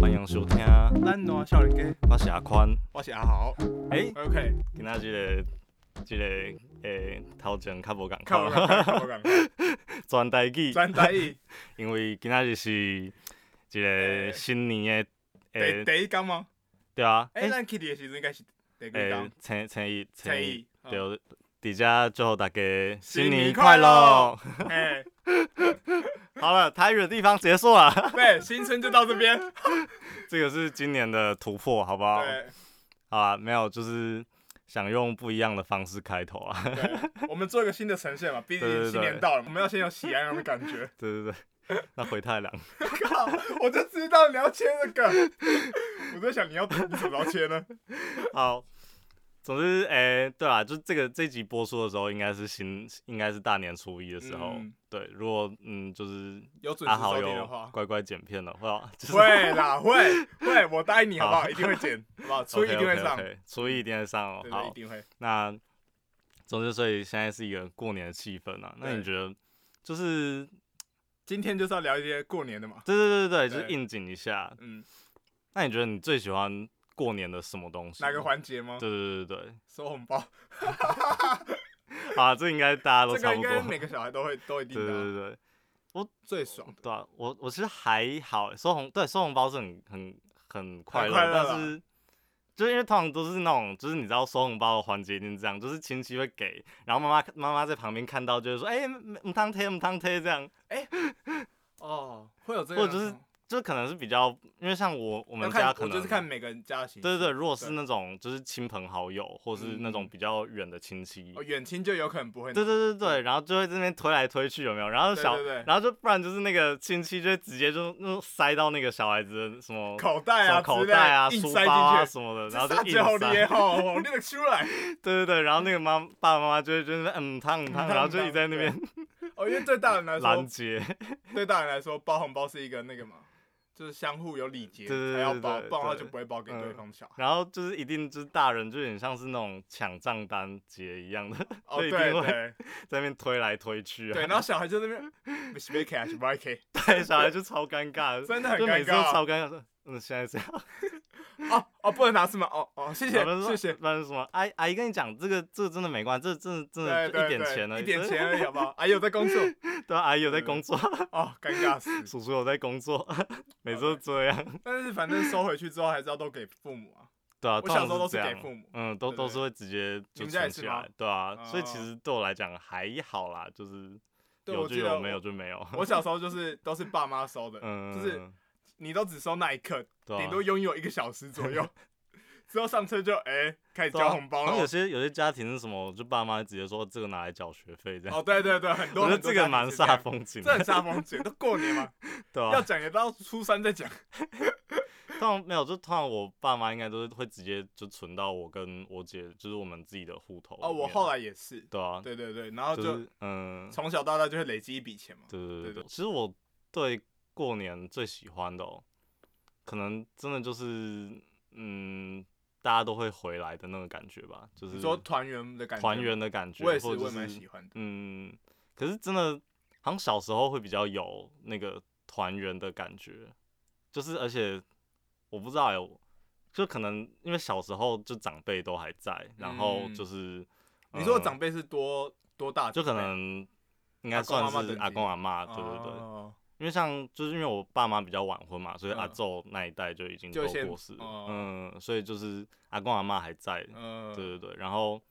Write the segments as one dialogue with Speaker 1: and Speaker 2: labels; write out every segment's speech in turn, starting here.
Speaker 1: 欢收听
Speaker 2: 咱两少年家，
Speaker 1: 我是阿宽。
Speaker 2: 我是阿豪。
Speaker 1: 诶、
Speaker 2: OK，
Speaker 1: 今仔日个即个诶头前较无共
Speaker 2: 看我讲，看我讲，
Speaker 1: 全台语，
Speaker 2: 转 台语
Speaker 1: 因为今仔日是一个
Speaker 2: 诶
Speaker 1: 新年的诶、
Speaker 2: 第第一天吗？
Speaker 1: 对啊，
Speaker 2: 诶，咱去你的时阵应该是第几天？
Speaker 1: 初初一初
Speaker 2: 初
Speaker 1: 一
Speaker 2: 一，哦
Speaker 1: 对，伫遮祝福大家
Speaker 2: 新年
Speaker 1: 快
Speaker 2: 快
Speaker 1: 乐
Speaker 2: 乐。哎，
Speaker 1: 好了，台语的地方结束了，
Speaker 2: 对，新春就到这边。
Speaker 1: 这个是今年的突破， 好不好？
Speaker 2: 对，
Speaker 1: 好啊，没有，就是想用不一样的方式开头啊。
Speaker 2: 对，我们做一个新的呈现嘛，毕
Speaker 1: 对对对
Speaker 2: 竟新年到了，我们要先有喜洋洋的感觉。
Speaker 1: 对对对，那回太郎，
Speaker 2: 靠，我就知道你要切 这个，我在想你要你怎么要切呢？
Speaker 1: 好。总之，诶、对啦，就这个这集播出的时候，应该是新，应该是大年初一的时候。
Speaker 2: 嗯
Speaker 1: 对，如果嗯，就是
Speaker 2: 有准
Speaker 1: 阿
Speaker 2: 时
Speaker 1: 豪
Speaker 2: 收听的
Speaker 1: 有
Speaker 2: 话，
Speaker 1: 乖乖剪片的 话，就是
Speaker 2: 会啦，会会，我答应你好不
Speaker 1: 好
Speaker 2: 好？一定会剪，好 不好？初一一定会上，
Speaker 1: o k o k
Speaker 2: 对
Speaker 1: o k 初一一定会上哦。
Speaker 2: 对，一
Speaker 1: 好，
Speaker 2: 定会。
Speaker 1: 那总之，所以现在是一个过年的气氛啊。那你觉
Speaker 2: 对
Speaker 1: 得，就是
Speaker 2: 今天就是要聊一些过年的嘛，
Speaker 1: 对对对对，就是
Speaker 2: 对
Speaker 1: 应景一下。
Speaker 2: 嗯，
Speaker 1: 那你觉得你最喜欢过年的什么东西？
Speaker 2: 哪个？环节吗？
Speaker 1: 对对对对
Speaker 2: 收红包，
Speaker 1: 对，啊，这应该大家都
Speaker 2: 这
Speaker 1: 差
Speaker 2: 个
Speaker 1: 不
Speaker 2: 应
Speaker 1: 多。
Speaker 2: 该每个小孩都会都一定
Speaker 1: 对对
Speaker 2: 的啊，
Speaker 1: 对对
Speaker 2: 最爽的。
Speaker 1: 对啊！我我其实还好欸，收红对收红包是很很很快乐，
Speaker 2: 快乐啊
Speaker 1: 但
Speaker 2: 啦
Speaker 1: 是就是因为通常都是那种，就是你知道收红包的环节一定是这样，就是亲戚会给，然后妈妈妈妈在旁边看到就是说，哎、唔汤贴唔汤贴这样，
Speaker 2: 哦，会有这
Speaker 1: 或者就是就可能是比较，因为像我我
Speaker 2: 我
Speaker 1: 们家可
Speaker 2: 我
Speaker 1: 能
Speaker 2: 就是看每个人家的形式。
Speaker 1: 对对对，如果是
Speaker 2: 对
Speaker 1: 那种就是亲朋好友，或是那种
Speaker 2: 嗯
Speaker 1: 比较远的亲戚，
Speaker 2: 哦，远亲就有可能不会拿。
Speaker 1: 对对对对，然后就会这边推来推去，有没有？然后
Speaker 2: 对
Speaker 1: 小，
Speaker 2: 对对
Speaker 1: 然后就不然就是那个亲戚就会直接就那种塞到那个小孩子的什么
Speaker 2: 口袋
Speaker 1: 什么
Speaker 2: 啊，
Speaker 1: 口袋啊、
Speaker 2: 之类
Speaker 1: 书
Speaker 2: 硬
Speaker 1: 包
Speaker 2: 塞
Speaker 1: 啊
Speaker 2: 进去。
Speaker 1: 什么的，
Speaker 2: 这
Speaker 1: 然后就
Speaker 2: 撒
Speaker 1: 硬
Speaker 2: 娇
Speaker 1: 塞
Speaker 2: 咧。吼，我哦练得出来。
Speaker 1: 对对对，然后那个妈爸爸妈妈就会就是嗯烫烫，
Speaker 2: 烫
Speaker 1: 然后就一直
Speaker 2: 烫
Speaker 1: 在那边
Speaker 2: 哦，因为对大 人来
Speaker 1: 拦
Speaker 2: 说，
Speaker 1: 截。
Speaker 2: 对大人来说，包红包是一个那个嘛，就是相互有礼节
Speaker 1: 对对对
Speaker 2: 才要
Speaker 1: 对
Speaker 2: 包，
Speaker 1: 对
Speaker 2: 不然的话
Speaker 1: 对
Speaker 2: 就不会包给对
Speaker 1: 嗯
Speaker 2: 方小孩。
Speaker 1: 然后就是一定就是大人就有点像是那种抢账单结一样的，
Speaker 2: 哦，
Speaker 1: 所以
Speaker 2: 对
Speaker 1: 一定会
Speaker 2: 对
Speaker 1: 在那边推来推去啊。
Speaker 2: 对，然后小孩就在那边， 不是被 cash，不是 cash，
Speaker 1: 对， 小孩就超尴尬的，
Speaker 2: 真的很
Speaker 1: 就每
Speaker 2: 尴
Speaker 1: 次都
Speaker 2: 尬。
Speaker 1: 超尴尬。说嗯，现在这样。
Speaker 2: 哦哦，不能拿是吗？哦哦，谢谢
Speaker 1: 然后
Speaker 2: 谢
Speaker 1: 说
Speaker 2: 谢。
Speaker 1: 不然说什么阿阿姨跟你讲，这个这个真的没关系，这真的真的
Speaker 2: 对
Speaker 1: 就一
Speaker 2: 对
Speaker 1: 点
Speaker 2: 对
Speaker 1: 钱而已，
Speaker 2: 一点
Speaker 1: 对
Speaker 2: 钱而已，好不好？阿姨有在工作，
Speaker 1: 对啊，阿姨有在
Speaker 2: 对对
Speaker 1: 工作，
Speaker 2: 哦，尴尬死。
Speaker 1: 叔叔有在工作， 每次都这样。
Speaker 2: 但是反正收回去之后还是要都给父母啊。
Speaker 1: 对啊，
Speaker 2: 我
Speaker 1: 通常
Speaker 2: 小时候都
Speaker 1: 这
Speaker 2: 是给
Speaker 1: 样
Speaker 2: 父母
Speaker 1: 嗯，都
Speaker 2: 对
Speaker 1: 都
Speaker 2: 对
Speaker 1: 是会直接就
Speaker 2: 们家也
Speaker 1: 存
Speaker 2: 是
Speaker 1: 起
Speaker 2: 吗
Speaker 1: 来，对啊，所以其
Speaker 2: 哦
Speaker 1: 实对我来讲还好啦，就是
Speaker 2: 对，
Speaker 1: 有
Speaker 2: 我
Speaker 1: 就
Speaker 2: 记得
Speaker 1: 有，
Speaker 2: 我
Speaker 1: 没有就没有。
Speaker 2: 我小时候就是都是爸妈收的，
Speaker 1: 嗯，
Speaker 2: 就是你都只收那一刻，
Speaker 1: 对啊
Speaker 2: 顶多拥有一个小时 左右，之后上车就哎开始
Speaker 1: 对啊
Speaker 2: 交红包
Speaker 1: 然后有
Speaker 2: 了。
Speaker 1: 些有些家庭是什么，就爸妈直接说这个拿来缴学费这样。
Speaker 2: 哦，对对对，很多
Speaker 1: 我觉得
Speaker 2: 很多
Speaker 1: 这个
Speaker 2: 家庭
Speaker 1: 蛮
Speaker 2: 是这样
Speaker 1: 煞，风景
Speaker 2: 这
Speaker 1: 的，
Speaker 2: 很煞风景，都过年嘛，
Speaker 1: 对啊
Speaker 2: 要，讲也到初三再讲。
Speaker 1: 通常没有，就通常我爸妈应该都是会直接就存到我跟我姐，就是我们自己的户头。
Speaker 2: 哦，我后来也是，
Speaker 1: 对啊，
Speaker 2: 对对对，然后
Speaker 1: 就
Speaker 2: 就是
Speaker 1: 嗯，
Speaker 2: 从小到大就会累积一笔钱嘛。
Speaker 1: 对对对
Speaker 2: 对
Speaker 1: 对，
Speaker 2: 对
Speaker 1: 其实我对过年最喜欢的、哦，可能真的就是嗯，大家都会回来的那个感觉吧，就是
Speaker 2: 你说团圆的感觉，
Speaker 1: 团圆，的感觉，
Speaker 2: 我也是，
Speaker 1: 或
Speaker 2: 我
Speaker 1: 者
Speaker 2: 也蛮
Speaker 1: 是
Speaker 2: 喜欢的。
Speaker 1: 嗯，可是真的好像小时候会比较有那个团圆的感觉，就是而且我不知道哎、我就可能因为小时候就长辈都还在，然后
Speaker 2: 嗯
Speaker 1: 就是、
Speaker 2: 你
Speaker 1: 嗯
Speaker 2: 说的长辈是多多大长辈？
Speaker 1: 就可能应该
Speaker 2: 阿公
Speaker 1: 算
Speaker 2: 阿嬷
Speaker 1: 是
Speaker 2: 等
Speaker 1: 阿
Speaker 2: 级
Speaker 1: 公阿妈，对对对。
Speaker 2: 哦
Speaker 1: 因为像就是因为我爸妈比较晚婚嘛，所以
Speaker 2: 嗯
Speaker 1: 阿昼那一代就已经都
Speaker 2: 就先
Speaker 1: 过世了，
Speaker 2: 哦
Speaker 1: 嗯，所以就是阿公阿妈还在，
Speaker 2: 嗯，
Speaker 1: 对对对，然后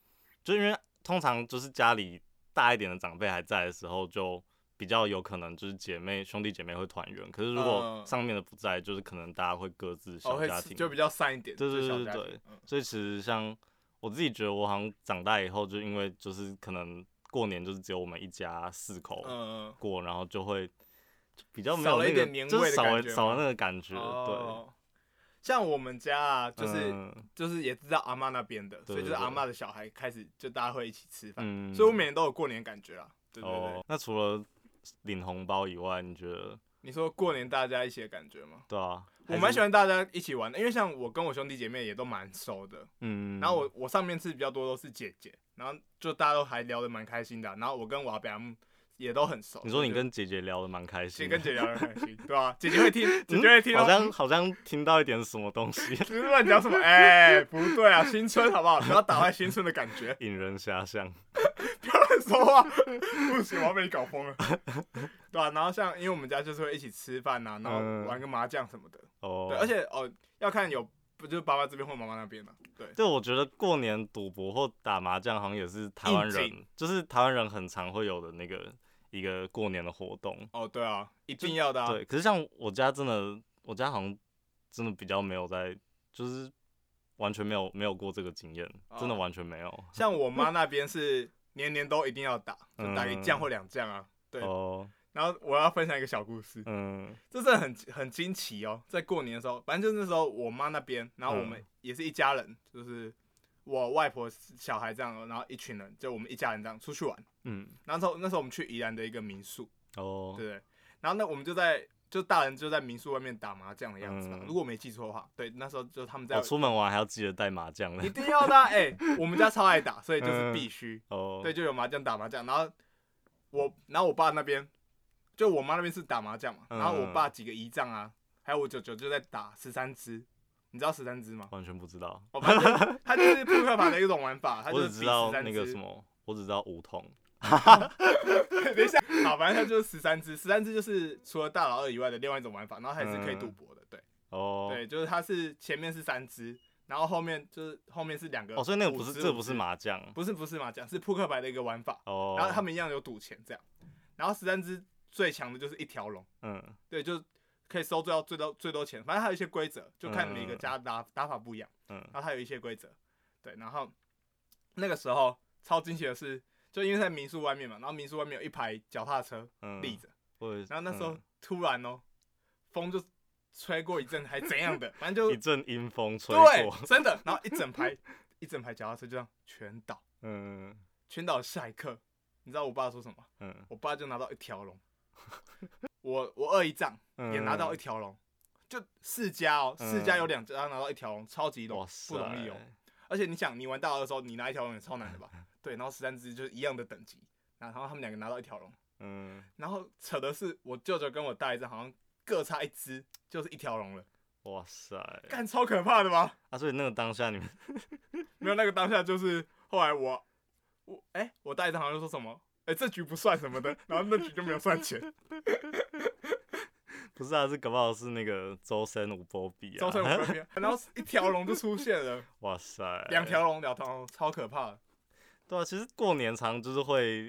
Speaker 1: 就因为通常就是家里大一点的长辈还在的时候，就比较有可能就是姐妹兄弟姐妹会团圆，可是如果
Speaker 2: 嗯
Speaker 1: 上面的不在，就是可能大家会各自
Speaker 2: 哦，
Speaker 1: 小
Speaker 2: 会
Speaker 1: 家
Speaker 2: 吃
Speaker 1: 庭，
Speaker 2: 就比较散一点，
Speaker 1: 对对
Speaker 2: 就小
Speaker 1: 对
Speaker 2: 家
Speaker 1: 对
Speaker 2: 庭嗯
Speaker 1: 所以其实像我自己觉得，我好像长大以后，就因为就是可能过年就是只有我们一家四口，
Speaker 2: 嗯，
Speaker 1: 过，然后就会就比较没
Speaker 2: 少
Speaker 1: 有
Speaker 2: 了一
Speaker 1: 那个，
Speaker 2: 点年
Speaker 1: 就
Speaker 2: 味
Speaker 1: 是
Speaker 2: 的
Speaker 1: 少
Speaker 2: 感
Speaker 1: 了
Speaker 2: 觉
Speaker 1: 少了
Speaker 2: 吗
Speaker 1: 那个感觉，
Speaker 2: 哦像我们家啊，
Speaker 1: 对，
Speaker 2: 就是、
Speaker 1: 嗯
Speaker 2: 就是也知道阿妈那边的，所以就是
Speaker 1: 对对对
Speaker 2: 阿妈的小孩开始就大家会一起吃饭，
Speaker 1: 嗯
Speaker 2: 啊所以我每年都有过年感觉啦。对对对，
Speaker 1: 哦，那除了领红包以外，你觉得
Speaker 2: 你说过年大家一起的感觉吗？
Speaker 1: 对啊？
Speaker 2: 我
Speaker 1: 还
Speaker 2: 蛮
Speaker 1: 是
Speaker 2: 喜，欢大家一起玩的，因为像我跟我兄弟姐妹也都蛮熟的，
Speaker 1: 嗯，
Speaker 2: 然后我我上面吃比较多都是姐姐，然后就大家都还聊得蛮开心的啊、然后我跟我阿伯阿姆也都很熟。
Speaker 1: 你说你
Speaker 2: 就
Speaker 1: 跟姐姐聊的蛮开
Speaker 2: 姐
Speaker 1: 心的，
Speaker 2: 跟姐聊得很开心，对啊，姐姐会听，姐姐会听、
Speaker 1: 嗯
Speaker 2: 哦
Speaker 1: 好像好像听到一点什么东西，
Speaker 2: 只是乱讲什么？哎、不对啊，新春好不好？不要打坏新春的感觉，
Speaker 1: 引人遐想。
Speaker 2: 不要乱说话，不行，我要被你搞疯了。对啊，然后像因为我们家就是会一起吃饭啊呐、然后
Speaker 1: 嗯
Speaker 2: 玩个麻将什么的。
Speaker 1: 哦，
Speaker 2: 对，而且哦，要看有不就是爸爸这边或妈妈那边嘛、对，
Speaker 1: 就我觉得过年赌博或打麻将好像也是台湾
Speaker 2: 应
Speaker 1: 人，就是台湾人很常会有的那个一个过年的活动。
Speaker 2: 哦对啊，一定要的啊。
Speaker 1: 对，可是像我家真的，我家好像真的比较没有在，就是完全没有没有过这个经验，真的
Speaker 2: 哦
Speaker 1: 完全没有。
Speaker 2: 像我妈那边是年年都一定要打，就打一
Speaker 1: 嗯
Speaker 2: 将或两将啊。对，
Speaker 1: 哦，
Speaker 2: 然后我要分享一个小故事，
Speaker 1: 嗯，
Speaker 2: 这真的很很惊奇哦，在过年的时候，反正就是那时候我妈那边，然后我们也是一家人，就是我外婆小孩这样哦，然后一群人，就我们一家人这样出去玩。
Speaker 1: 嗯，
Speaker 2: 然后那时候那时候我们去宜兰的一个民宿，
Speaker 1: 哦
Speaker 2: 对，不对？然后呢，我们就在就大人就在民宿外面打麻将的样子嘛，
Speaker 1: 嗯
Speaker 2: 如果我没记错的话，对，那时候就他们在
Speaker 1: 我出门玩还要记得带麻将
Speaker 2: 一
Speaker 1: 呢。
Speaker 2: 定要的啊，哎、我们家超爱打，所以就是必须，
Speaker 1: 哦，
Speaker 2: 对，，就有麻将打麻将，然后我，然后我爸那边，就我妈那边是打麻将嘛，
Speaker 1: 嗯
Speaker 2: 然后我爸几个姨丈啊，还有我舅舅就在打十三支，你知道十三支吗？
Speaker 1: 完全不知道，
Speaker 2: 哦，反 正他就是扑克牌的一种玩法，他就
Speaker 1: 我
Speaker 2: 是
Speaker 1: 只
Speaker 2: 比
Speaker 1: 知道
Speaker 2: 13
Speaker 1: 那个
Speaker 2: 支
Speaker 1: 什，么，我只知道五筒。
Speaker 2: 等一下，好，反正他就是十三支，十三支就是除了大老二以外的另外一种玩法，然后还是可以赌博的，对，
Speaker 1: 哦，
Speaker 2: 对，就是它是前面是三支，然后后面就是后面是两个，
Speaker 1: 哦，所以那个不
Speaker 2: 五
Speaker 1: 是，
Speaker 2: 支
Speaker 1: 这
Speaker 2: 五
Speaker 1: 不是
Speaker 2: 支
Speaker 1: 麻将。
Speaker 2: 不是不是麻将，是扑克牌的一个玩法，
Speaker 1: 哦，
Speaker 2: 然后他们一样有赌钱这样，然后十三支最强的就是一条龙，
Speaker 1: 嗯，
Speaker 2: 对，就可以收最到最多最多钱，反正它有一些规则，就看每个
Speaker 1: 嗯
Speaker 2: 家打、打法不一样，
Speaker 1: 嗯
Speaker 2: 然后它有一些规则，对，然后那个时候超惊喜的是，就因为在民宿外面嘛，然后民宿外面有一排脚踏车
Speaker 1: 嗯，
Speaker 2: 立着，
Speaker 1: 我也是，
Speaker 2: 然后那时候
Speaker 1: 嗯
Speaker 2: 突然哦、风就吹过一阵，还怎样的，反正
Speaker 1: 一
Speaker 2: 就
Speaker 1: 阵阴风吹过，
Speaker 2: 对，真的，然后一整排一整排脚踏车就这样全倒，
Speaker 1: 嗯
Speaker 2: 全倒的下一刻，你知道我爸说什么吗？
Speaker 1: 嗯
Speaker 2: 我爸就拿到一条龙， 我我二姨丈
Speaker 1: 嗯，
Speaker 2: 也拿到一条龙，就四家哦，四家
Speaker 1: 嗯
Speaker 2: 有两家拿到一条龙，超级龙
Speaker 1: 哇，塞，
Speaker 2: 不容易哦。而且你想，你玩大二的时候，你拿一条龙也超难的吧？对，然后十三只就是一样的等级，然后他们两个拿到一条龙，
Speaker 1: 嗯，
Speaker 2: 然后扯的是我舅舅跟我大姨丈好像各差一只，就是一条龙了，
Speaker 1: 哇塞，啊，
Speaker 2: 干超可怕的吧？
Speaker 1: 所以那个当下你们，
Speaker 2: 没有那个当下就是后来我我哎、我大姨丈好像说什么。哎、这局不算什么的，然后那局就没有算钱。
Speaker 1: 不是啊，是搞不好是那个周深五波比啊，哎
Speaker 2: 招生五分边，然后一条龙就出现了，
Speaker 1: 哇塞，
Speaker 2: 两条，龙，两条龙，超可怕的。
Speaker 1: 对啊，其实过年常就是会，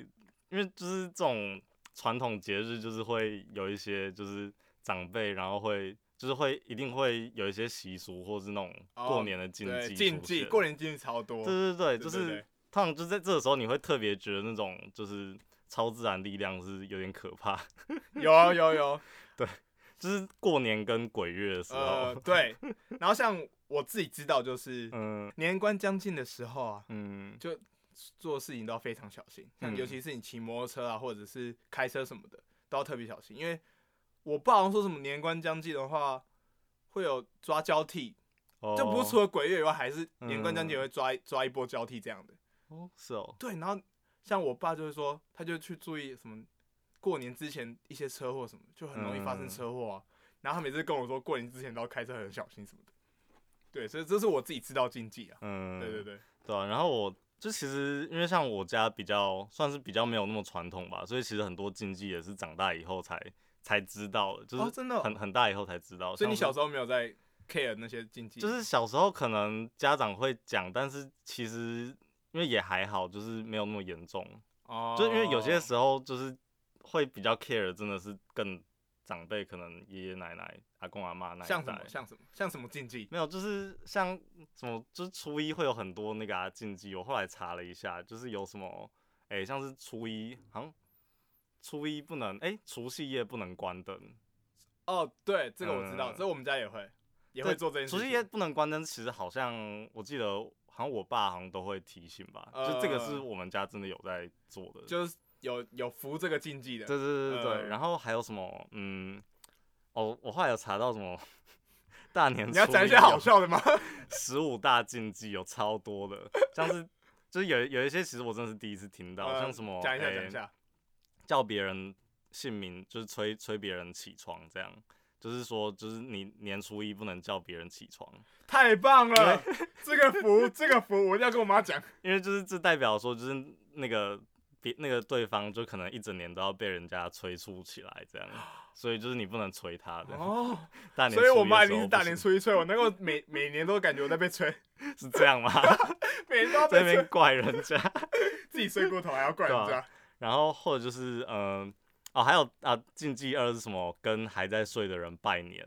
Speaker 1: 因为就是这种传统节日，就是会有一些就是长辈，然后会。就是会一定会有一些习俗，或是那种
Speaker 2: 哦
Speaker 1: 过年的禁
Speaker 2: 对，
Speaker 1: 忌、
Speaker 2: 禁忌，过年禁忌超多。
Speaker 1: 对对对，就
Speaker 2: 对对
Speaker 1: 是
Speaker 2: 对
Speaker 1: 通常就在这个时候，你会特别觉得那种就是超自然力量是有点可怕，
Speaker 2: 有啊有有，
Speaker 1: 就是过年跟鬼月的时候，
Speaker 2: 呃，对。然后像我自己知道，就是
Speaker 1: 嗯
Speaker 2: 年关将近的时候啊，
Speaker 1: 嗯
Speaker 2: 就做事情都要非常小心，像
Speaker 1: 嗯
Speaker 2: 尤其是你骑摩托车啊，或者是开车什么的，都要特别小心，因为我爸好像说什么年关将近的话。会有抓交替，
Speaker 1: 哦，
Speaker 2: 就不是除了鬼月以外，还是年关将近也
Speaker 1: 嗯
Speaker 2: 会抓一抓一波交替这样的。
Speaker 1: 哦是哦，
Speaker 2: 对，然后像我爸就会说，他就去注意什么过年之前一些车祸什么，就很容易发生
Speaker 1: 嗯
Speaker 2: 车祸啊。然后他每次跟我说，过年之前都要开车很小心什么的。对，所以这是我自己知道禁忌啊。
Speaker 1: 嗯
Speaker 2: 对对
Speaker 1: 对
Speaker 2: 对，
Speaker 1: 对啊，然后我就其实因为像我家比较算是比较没有那么传统吧，所以其实很多禁忌也是长大以后才才知道的，就
Speaker 2: 哦
Speaker 1: 是
Speaker 2: 真的哦
Speaker 1: 很很大以后才知道，
Speaker 2: 所以你
Speaker 1: 像
Speaker 2: 小
Speaker 1: 是
Speaker 2: 时候没有在 care 那些禁忌，
Speaker 1: 就是小时候可能家长会讲，但是其实因为也还好，就是没有那么严重。
Speaker 2: 哦，
Speaker 1: 就是因为有些时候就是会比较 care，的真的是更长辈，可能爷爷奶奶、阿公阿妈那一
Speaker 2: 哦像什么
Speaker 1: 代。
Speaker 2: 像什么像什么禁忌，
Speaker 1: 没有，就是像什么，就是初一会有很多那个、啊、禁忌。我后来查了一下，就是有什么，哎、像是初一好像初一不能，哎、除夕夜不能关灯，
Speaker 2: 哦，对，这个我知道，
Speaker 1: 嗯
Speaker 2: 这我们家也会也
Speaker 1: 对
Speaker 2: 会做这件事
Speaker 1: 除
Speaker 2: 情。
Speaker 1: 夕夜不能关灯。其实好像我记得，好像我爸好像都会提醒吧，就这个是
Speaker 2: 呃
Speaker 1: 我们家真的有在做的，
Speaker 2: 就是有有服这个禁忌的，
Speaker 1: 对对对对对，
Speaker 2: 嗯
Speaker 1: 然后还有什么？嗯，哦，我后来有查到什么 大年
Speaker 2: 你要讲一些好笑的吗？
Speaker 1: 十五大禁忌有超多的，像是就是有有一些其实我真的是第一次听到，像什么
Speaker 2: 呃 讲一下
Speaker 1: 诶
Speaker 2: 讲一下，
Speaker 1: 叫别人姓名，就是催催别人起床，这样就是说，就是你年初一不能叫别人起床，
Speaker 2: 太棒了！这个 福，这个福，我一定要跟我妈讲。
Speaker 1: 因为就是这代表说，就是那个别那个对方就可能一整年都要被人家催促起来这样，所以就是你不能催他的。
Speaker 2: 哦，
Speaker 1: 大年初
Speaker 2: 所以我妈一定是
Speaker 1: 是
Speaker 2: 大年初一催我，能够每 每年都感觉我在被催，
Speaker 1: 是这样吗？
Speaker 2: 每年都要
Speaker 1: 在
Speaker 2: 被
Speaker 1: 那边
Speaker 2: 催，
Speaker 1: 怪人家，
Speaker 2: 自己睡过头还要怪人
Speaker 1: 对
Speaker 2: 家
Speaker 1: 啊。然后或者就是嗯、呃哦还有啊禁忌二是什么？跟还在睡的人拜年，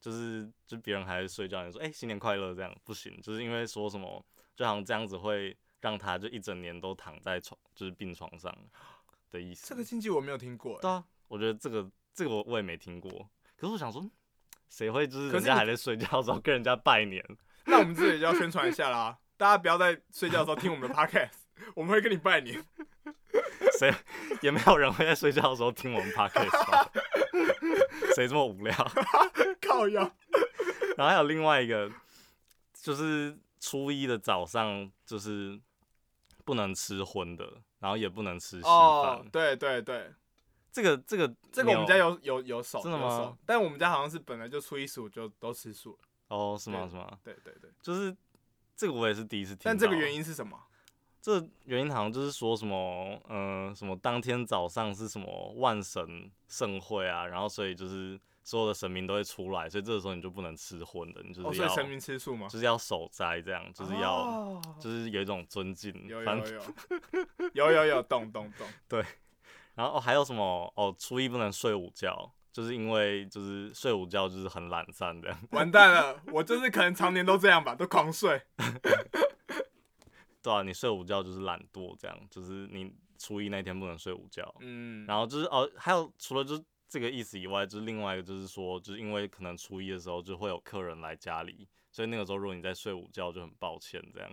Speaker 1: 就是就别人还在睡觉，你说哎、新年快乐这样不行，就是因为说什么就好像这样子会让他就一整年都躺在床就是病床上的意思。
Speaker 2: 这个禁忌我没有听过欸
Speaker 1: 对，啊，我觉得这个这个我我也没听过，可是我想说。谁会就是
Speaker 2: 可
Speaker 1: 人
Speaker 2: 是
Speaker 1: 家
Speaker 2: 你
Speaker 1: 还在睡觉的时候跟人家拜年？
Speaker 2: 那我们这里就要宣传一下啦，大家不要在睡觉的时候听我们的 podcast，我 们会跟你拜年。
Speaker 1: 谁也没有人会在睡觉的时候听我们 podcast 吧？ 谁这么无聊？
Speaker 2: 靠腰，
Speaker 1: 然后还有另外一个，就是初一的早上，就是不能吃荤的，然后也不能吃稀饭。
Speaker 2: 哦，对对对，
Speaker 1: 这个这个
Speaker 2: 这个我们
Speaker 1: 你
Speaker 2: 家有有有手，
Speaker 1: 啊真的
Speaker 2: 有
Speaker 1: 吗
Speaker 2: 手？但我们家好像是本来就初一十五就都吃素了。
Speaker 1: 哦，是吗
Speaker 2: 对
Speaker 1: 是吗？
Speaker 2: 对对对，
Speaker 1: 就是这个我也是第一次听到。
Speaker 2: 但这个原
Speaker 1: 因，
Speaker 2: 因是什么？
Speaker 1: 这个原因好像就是说什么，嗯、什么当天早上是什么万神盛会啊，然后所以就是所有的神明都会出来，所以这个时候你就不能吃荤的，你就
Speaker 2: 哦，
Speaker 1: 是
Speaker 2: 所以
Speaker 1: 要、
Speaker 2: 神明吃素吗？
Speaker 1: 就是要守斋这样，就是啊要、
Speaker 2: 哦
Speaker 1: 就是有一种尊敬，
Speaker 2: 有
Speaker 1: 反正
Speaker 2: 有有有 有有懂懂懂，
Speaker 1: 然后、哦、还有什么哦，初一不能睡午觉，就是因为就是睡午觉就是很懒散这样。
Speaker 2: 完蛋了，我就是可能常年都这样吧，都狂睡。
Speaker 1: 对啊，你睡午觉就是懒惰这样，就是你初一那天不能睡午觉。
Speaker 2: 嗯，
Speaker 1: 然后就是哦，还有除了就是这个意思以外，就是另外一个就是说，就是因为可能初一的时候就会有客人来家里，所以那个时候如果你在睡午觉就很抱歉这样。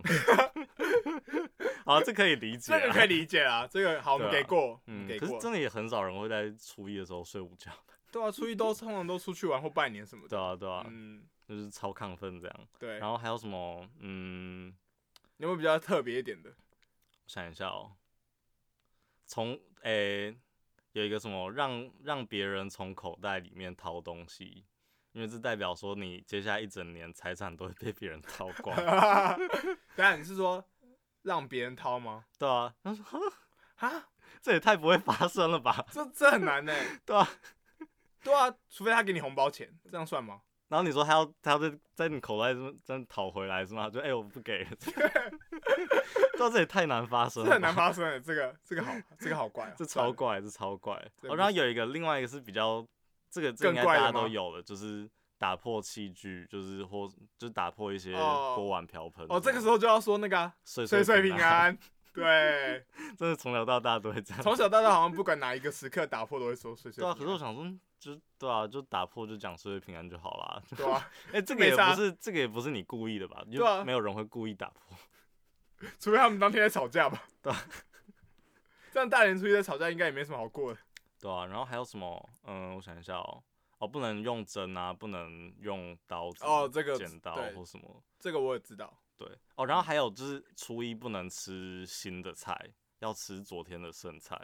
Speaker 1: 啊，这可以理解、
Speaker 2: 这
Speaker 1: 啊，
Speaker 2: 个可以理解啦，这个好，我们
Speaker 1: 对啊
Speaker 2: 给过，我们
Speaker 1: 嗯，
Speaker 2: 给
Speaker 1: 可是
Speaker 2: 过。
Speaker 1: 真的也很少人会在初一的时候睡午觉。
Speaker 2: 对啊，初一都通常都出去玩或拜年什么
Speaker 1: 对
Speaker 2: 的。
Speaker 1: 啊，对啊，
Speaker 2: 嗯，
Speaker 1: 就是超亢奋这样。
Speaker 2: 对。
Speaker 1: 然后还有什么？嗯，
Speaker 2: 你有没有比较特别一点 的？
Speaker 1: 我想一下哦，从诶、有一个什么让让别人从口袋里面掏东西，因为这代表说你接下来一整年财产都会被别人掏 光。
Speaker 2: 等一下你是说让别人掏吗？
Speaker 1: 对啊，他说哈
Speaker 2: 啊，
Speaker 1: 这也太不会发生了吧？
Speaker 2: 这这很难呢、
Speaker 1: 对啊，
Speaker 2: 对啊，除非他给你红包钱，这样算吗？
Speaker 1: 然后你说他要他要在在你口袋中真讨回来是吗？就哎、我不给了， 到这也太难发生
Speaker 2: 这
Speaker 1: 了，
Speaker 2: 很难发生的、这个这个好，这个好怪、啊，
Speaker 1: 这
Speaker 2: 算
Speaker 1: 超
Speaker 2: 了。
Speaker 1: 怪，这超怪。
Speaker 2: 这
Speaker 1: 哦，
Speaker 2: 不
Speaker 1: 然后有一个，另外一个是比较这个，这
Speaker 2: 更
Speaker 1: 应该
Speaker 2: 怪
Speaker 1: 大
Speaker 2: 的
Speaker 1: 家都
Speaker 2: 吗
Speaker 1: 有的，就是打破器具，就是或就是打破一些
Speaker 2: 哦
Speaker 1: 锅碗瓢盆。
Speaker 2: 哦，这个时候就要说那个、啊、
Speaker 1: 岁
Speaker 2: 岁岁
Speaker 1: 岁
Speaker 2: 平
Speaker 1: 安，
Speaker 2: 安。对，
Speaker 1: 真的从小到大都会这样。
Speaker 2: 从小到大好像不管哪一个时刻打破都会说岁
Speaker 1: 对
Speaker 2: 岁平
Speaker 1: 啊，
Speaker 2: 安。
Speaker 1: 可是我想说，就对啊，就打破就讲岁岁平安就好啦。
Speaker 2: 对啊，
Speaker 1: 哎、这个
Speaker 2: 没
Speaker 1: 也
Speaker 2: 差
Speaker 1: 不是这个也不是你故意的吧？就
Speaker 2: 对啊
Speaker 1: 没有人会故意打破。
Speaker 2: 除非他们当天在吵架吧。
Speaker 1: 对啊
Speaker 2: 这样大年初一在吵架应该也没什么好过的。
Speaker 1: 对啊，然后还有什么？嗯，我想一下哦，哦，不能用针啊，不能用刀子、
Speaker 2: 哦这个
Speaker 1: 剪刀
Speaker 2: 对
Speaker 1: 或什么。
Speaker 2: 这个我也知道。
Speaker 1: 对哦，
Speaker 2: 嗯
Speaker 1: 然后还有就是初一不能吃新的菜，要吃昨天的剩菜，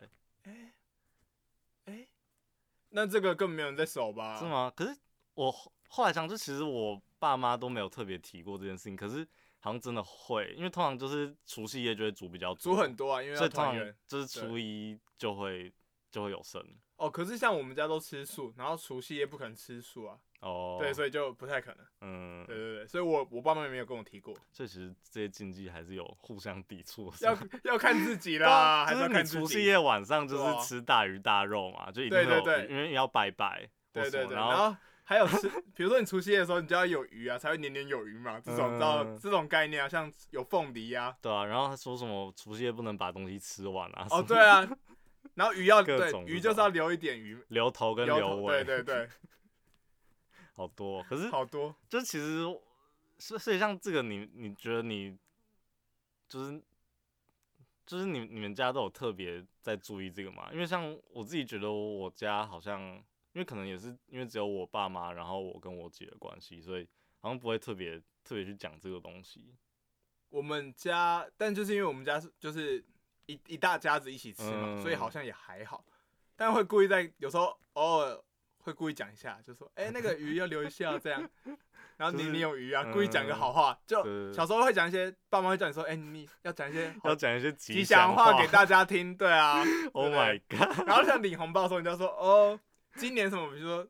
Speaker 2: 那这个根本没有人在守吧？
Speaker 1: 是？吗？可是我后后来想，就其实我爸妈都没有特别提过这件事情，可是好像真的会，因为通常就是除夕夜就会煮比较
Speaker 2: 煮
Speaker 1: 多
Speaker 2: 很，多啊，因为
Speaker 1: 所
Speaker 2: 要
Speaker 1: 以通
Speaker 2: 团
Speaker 1: 常
Speaker 2: 圆。
Speaker 1: 就是
Speaker 2: 对
Speaker 1: 初一就会就会有剩
Speaker 2: 哦，可是像我们家都吃素，然后除夕夜不可能吃素啊，
Speaker 1: 哦，
Speaker 2: 对，所以就不太可能。
Speaker 1: 嗯
Speaker 2: 对，对对，所以我我爸妈也没有跟我提过，
Speaker 1: 所以其实这些禁忌还是有互相抵触的，是
Speaker 2: 要
Speaker 1: 吗
Speaker 2: 要看自己
Speaker 1: 对啊
Speaker 2: 啦，还
Speaker 1: 就是
Speaker 2: 要
Speaker 1: 是你
Speaker 2: 看自己。
Speaker 1: 除夕夜晚上就
Speaker 2: 对啊
Speaker 1: 是吃大鱼大肉嘛，就一定
Speaker 2: 对
Speaker 1: 会
Speaker 2: 对
Speaker 1: 有
Speaker 2: 对
Speaker 1: 鱼，因为要拜拜或
Speaker 2: 对
Speaker 1: 什么，
Speaker 2: 对对，
Speaker 1: 然
Speaker 2: 然后还有吃，比如说你除夕夜的时候，你就要有鱼啊，才会年年有余嘛，这种知道
Speaker 1: 嗯
Speaker 2: 这种概念啊，像有凤 梨啊，
Speaker 1: 对啊，然后他说什么除夕夜不能把东西吃完啊，什
Speaker 2: 哦
Speaker 1: 么
Speaker 2: 对啊，然后鱼要
Speaker 1: 各
Speaker 2: 对
Speaker 1: 种
Speaker 2: 鱼
Speaker 1: 这
Speaker 2: 就是
Speaker 1: 种
Speaker 2: 要留一点鱼，
Speaker 1: 留头跟
Speaker 2: 留
Speaker 1: 留
Speaker 2: 头
Speaker 1: 尾，
Speaker 2: 对对对，
Speaker 1: 好多哦。可 是
Speaker 2: 好多。
Speaker 1: 就其实是所以像这个你你觉得你就是就是你你们家都有特别在注意这个吗？因为像我自己觉得我家好像，因为可能也是因为只有我爸妈，然后我跟我姐的关系，所以好像不会特别特别去讲这个东西。
Speaker 2: 我们家，但就是因为我们家是就是一一大家子一起吃嘛，
Speaker 1: 嗯
Speaker 2: 所以好像也还好。但会故意在有时候偶尔会故意讲一下，就说哎、那个鱼要留一下 这样。然后
Speaker 1: 就
Speaker 2: 你
Speaker 1: 是
Speaker 2: 你有鱼啊，故意讲个
Speaker 1: 嗯
Speaker 2: 好话，就
Speaker 1: 对对对
Speaker 2: 小时候会讲一些，爸妈会叫你说，哎、你要讲一些好
Speaker 1: 要讲一些
Speaker 2: 吉
Speaker 1: 祥
Speaker 2: 祥话给大家听，对啊。
Speaker 1: Oh my god！
Speaker 2: 然后像领红包的时候，你就要说哦，今年什么，比如说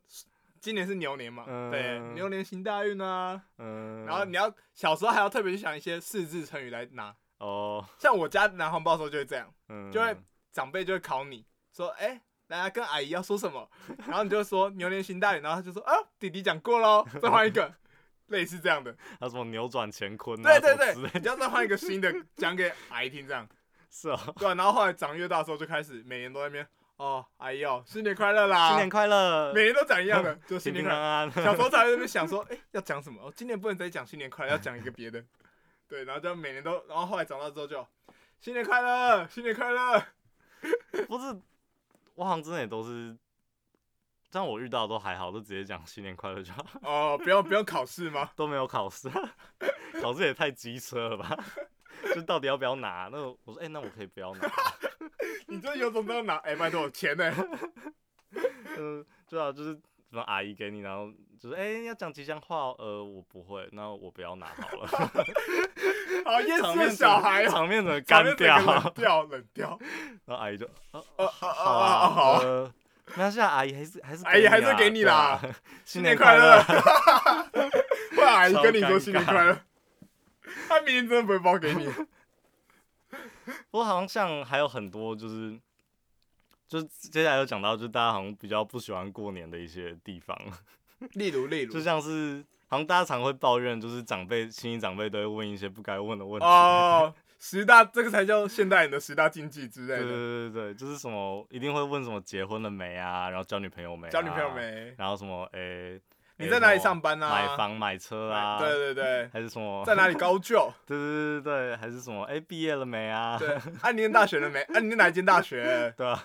Speaker 2: 今年是牛年嘛，
Speaker 1: 嗯
Speaker 2: 对，牛年行大运啊。
Speaker 1: 嗯，
Speaker 2: 然后你要小时候还要特别去想一些四字成语来拿，
Speaker 1: 哦，
Speaker 2: 像我家拿红包的时候就会这样，
Speaker 1: 嗯，
Speaker 2: 就会长辈就会考你说，哎、来啊，跟阿姨要说什么？ 然后你就说牛年行大运，然后他就说啊，弟弟讲过喽，再换一个，类似这样的。
Speaker 1: 还有什么扭转乾坤啊，
Speaker 2: 对对
Speaker 1: 什
Speaker 2: 对
Speaker 1: 么之，类
Speaker 2: 你
Speaker 1: 的，
Speaker 2: 要再换一个新的讲给阿姨听，这样
Speaker 1: 是哦，
Speaker 2: 对、啊、然后后来长越大的时候就开始每年都在那边哦，阿姨哦，新年快乐啦，
Speaker 1: 新年快乐，
Speaker 2: 每年都讲一样的，就新
Speaker 1: 平平
Speaker 2: 年快
Speaker 1: 安
Speaker 2: 乐。
Speaker 1: 安，
Speaker 2: 小时候才在那边想说，哎、要讲什么？哦，今年不能再讲新年快乐，要讲一个别的。对，然后就每年都，然后后来长大之后就新年快乐，新年快乐。
Speaker 1: 不是，我好像真的也都是，但我遇到的都还好，都直接讲新年快乐就好，
Speaker 2: 哦，不用不用考 试吗？
Speaker 1: 都没有考试，考试也太机车了吧？就到底要不要拿？那我说，哎、那我可以不要拿吗，
Speaker 2: 你这有种都要拿，哎、拜托，钱呢、
Speaker 1: 嗯，对啊，就是什么阿姨给你，然后就是哎、要讲吉祥话哦，呃，我不会，那我不要拿好了。
Speaker 2: 好厌
Speaker 1: 场
Speaker 2: 世
Speaker 1: 面
Speaker 2: 的
Speaker 1: 整
Speaker 2: 小孩哦，
Speaker 1: 场面怎么
Speaker 2: 场
Speaker 1: 干
Speaker 2: 面整
Speaker 1: 掉？
Speaker 2: 个冷掉冷掉。
Speaker 1: 然后阿姨就，哦、
Speaker 2: 哦 哦
Speaker 1: 好
Speaker 2: 哦
Speaker 1: 啊，
Speaker 2: 哦，好啊，
Speaker 1: 呃，没关系啊，阿姨还是还是
Speaker 2: 阿姨
Speaker 1: 你
Speaker 2: 还是
Speaker 1: 啊
Speaker 2: 给你
Speaker 1: 对啊新
Speaker 2: 新
Speaker 1: 年
Speaker 2: 年
Speaker 1: 快
Speaker 2: 快
Speaker 1: 乐
Speaker 2: 乐。。 会阿姨跟你说
Speaker 1: 超尴尬
Speaker 2: 新年快 乐，她明年真的不会包 给你。
Speaker 1: 不过好像像还有很多就是。就是接下来有讲到，就是大家好像比较不喜欢过年的一些地 方，
Speaker 2: 例如例如
Speaker 1: 就像是好像大家常会抱怨，就是长辈、亲戚长辈都会问一些不该问的问题。
Speaker 2: 哦，十大这个才叫现代人的十大禁忌之类
Speaker 1: 对
Speaker 2: 的。
Speaker 1: 对对对，就是什么一定会问什么结婚了没啊，然后交女朋友没、啊，
Speaker 2: 交女朋友，没？
Speaker 1: 然后什么诶、
Speaker 2: 你
Speaker 1: 诶
Speaker 2: 在哪
Speaker 1: 什
Speaker 2: 里
Speaker 1: 么
Speaker 2: 上班啊？
Speaker 1: 买房买车啊，
Speaker 2: 对 对对，
Speaker 1: 还是什么？
Speaker 2: 在哪里高就？
Speaker 1: 对对对对，还是什么？哎、毕业了没啊？
Speaker 2: 对，啊，你念大学了没？啊，你念哪一间 大学？
Speaker 1: 对啊，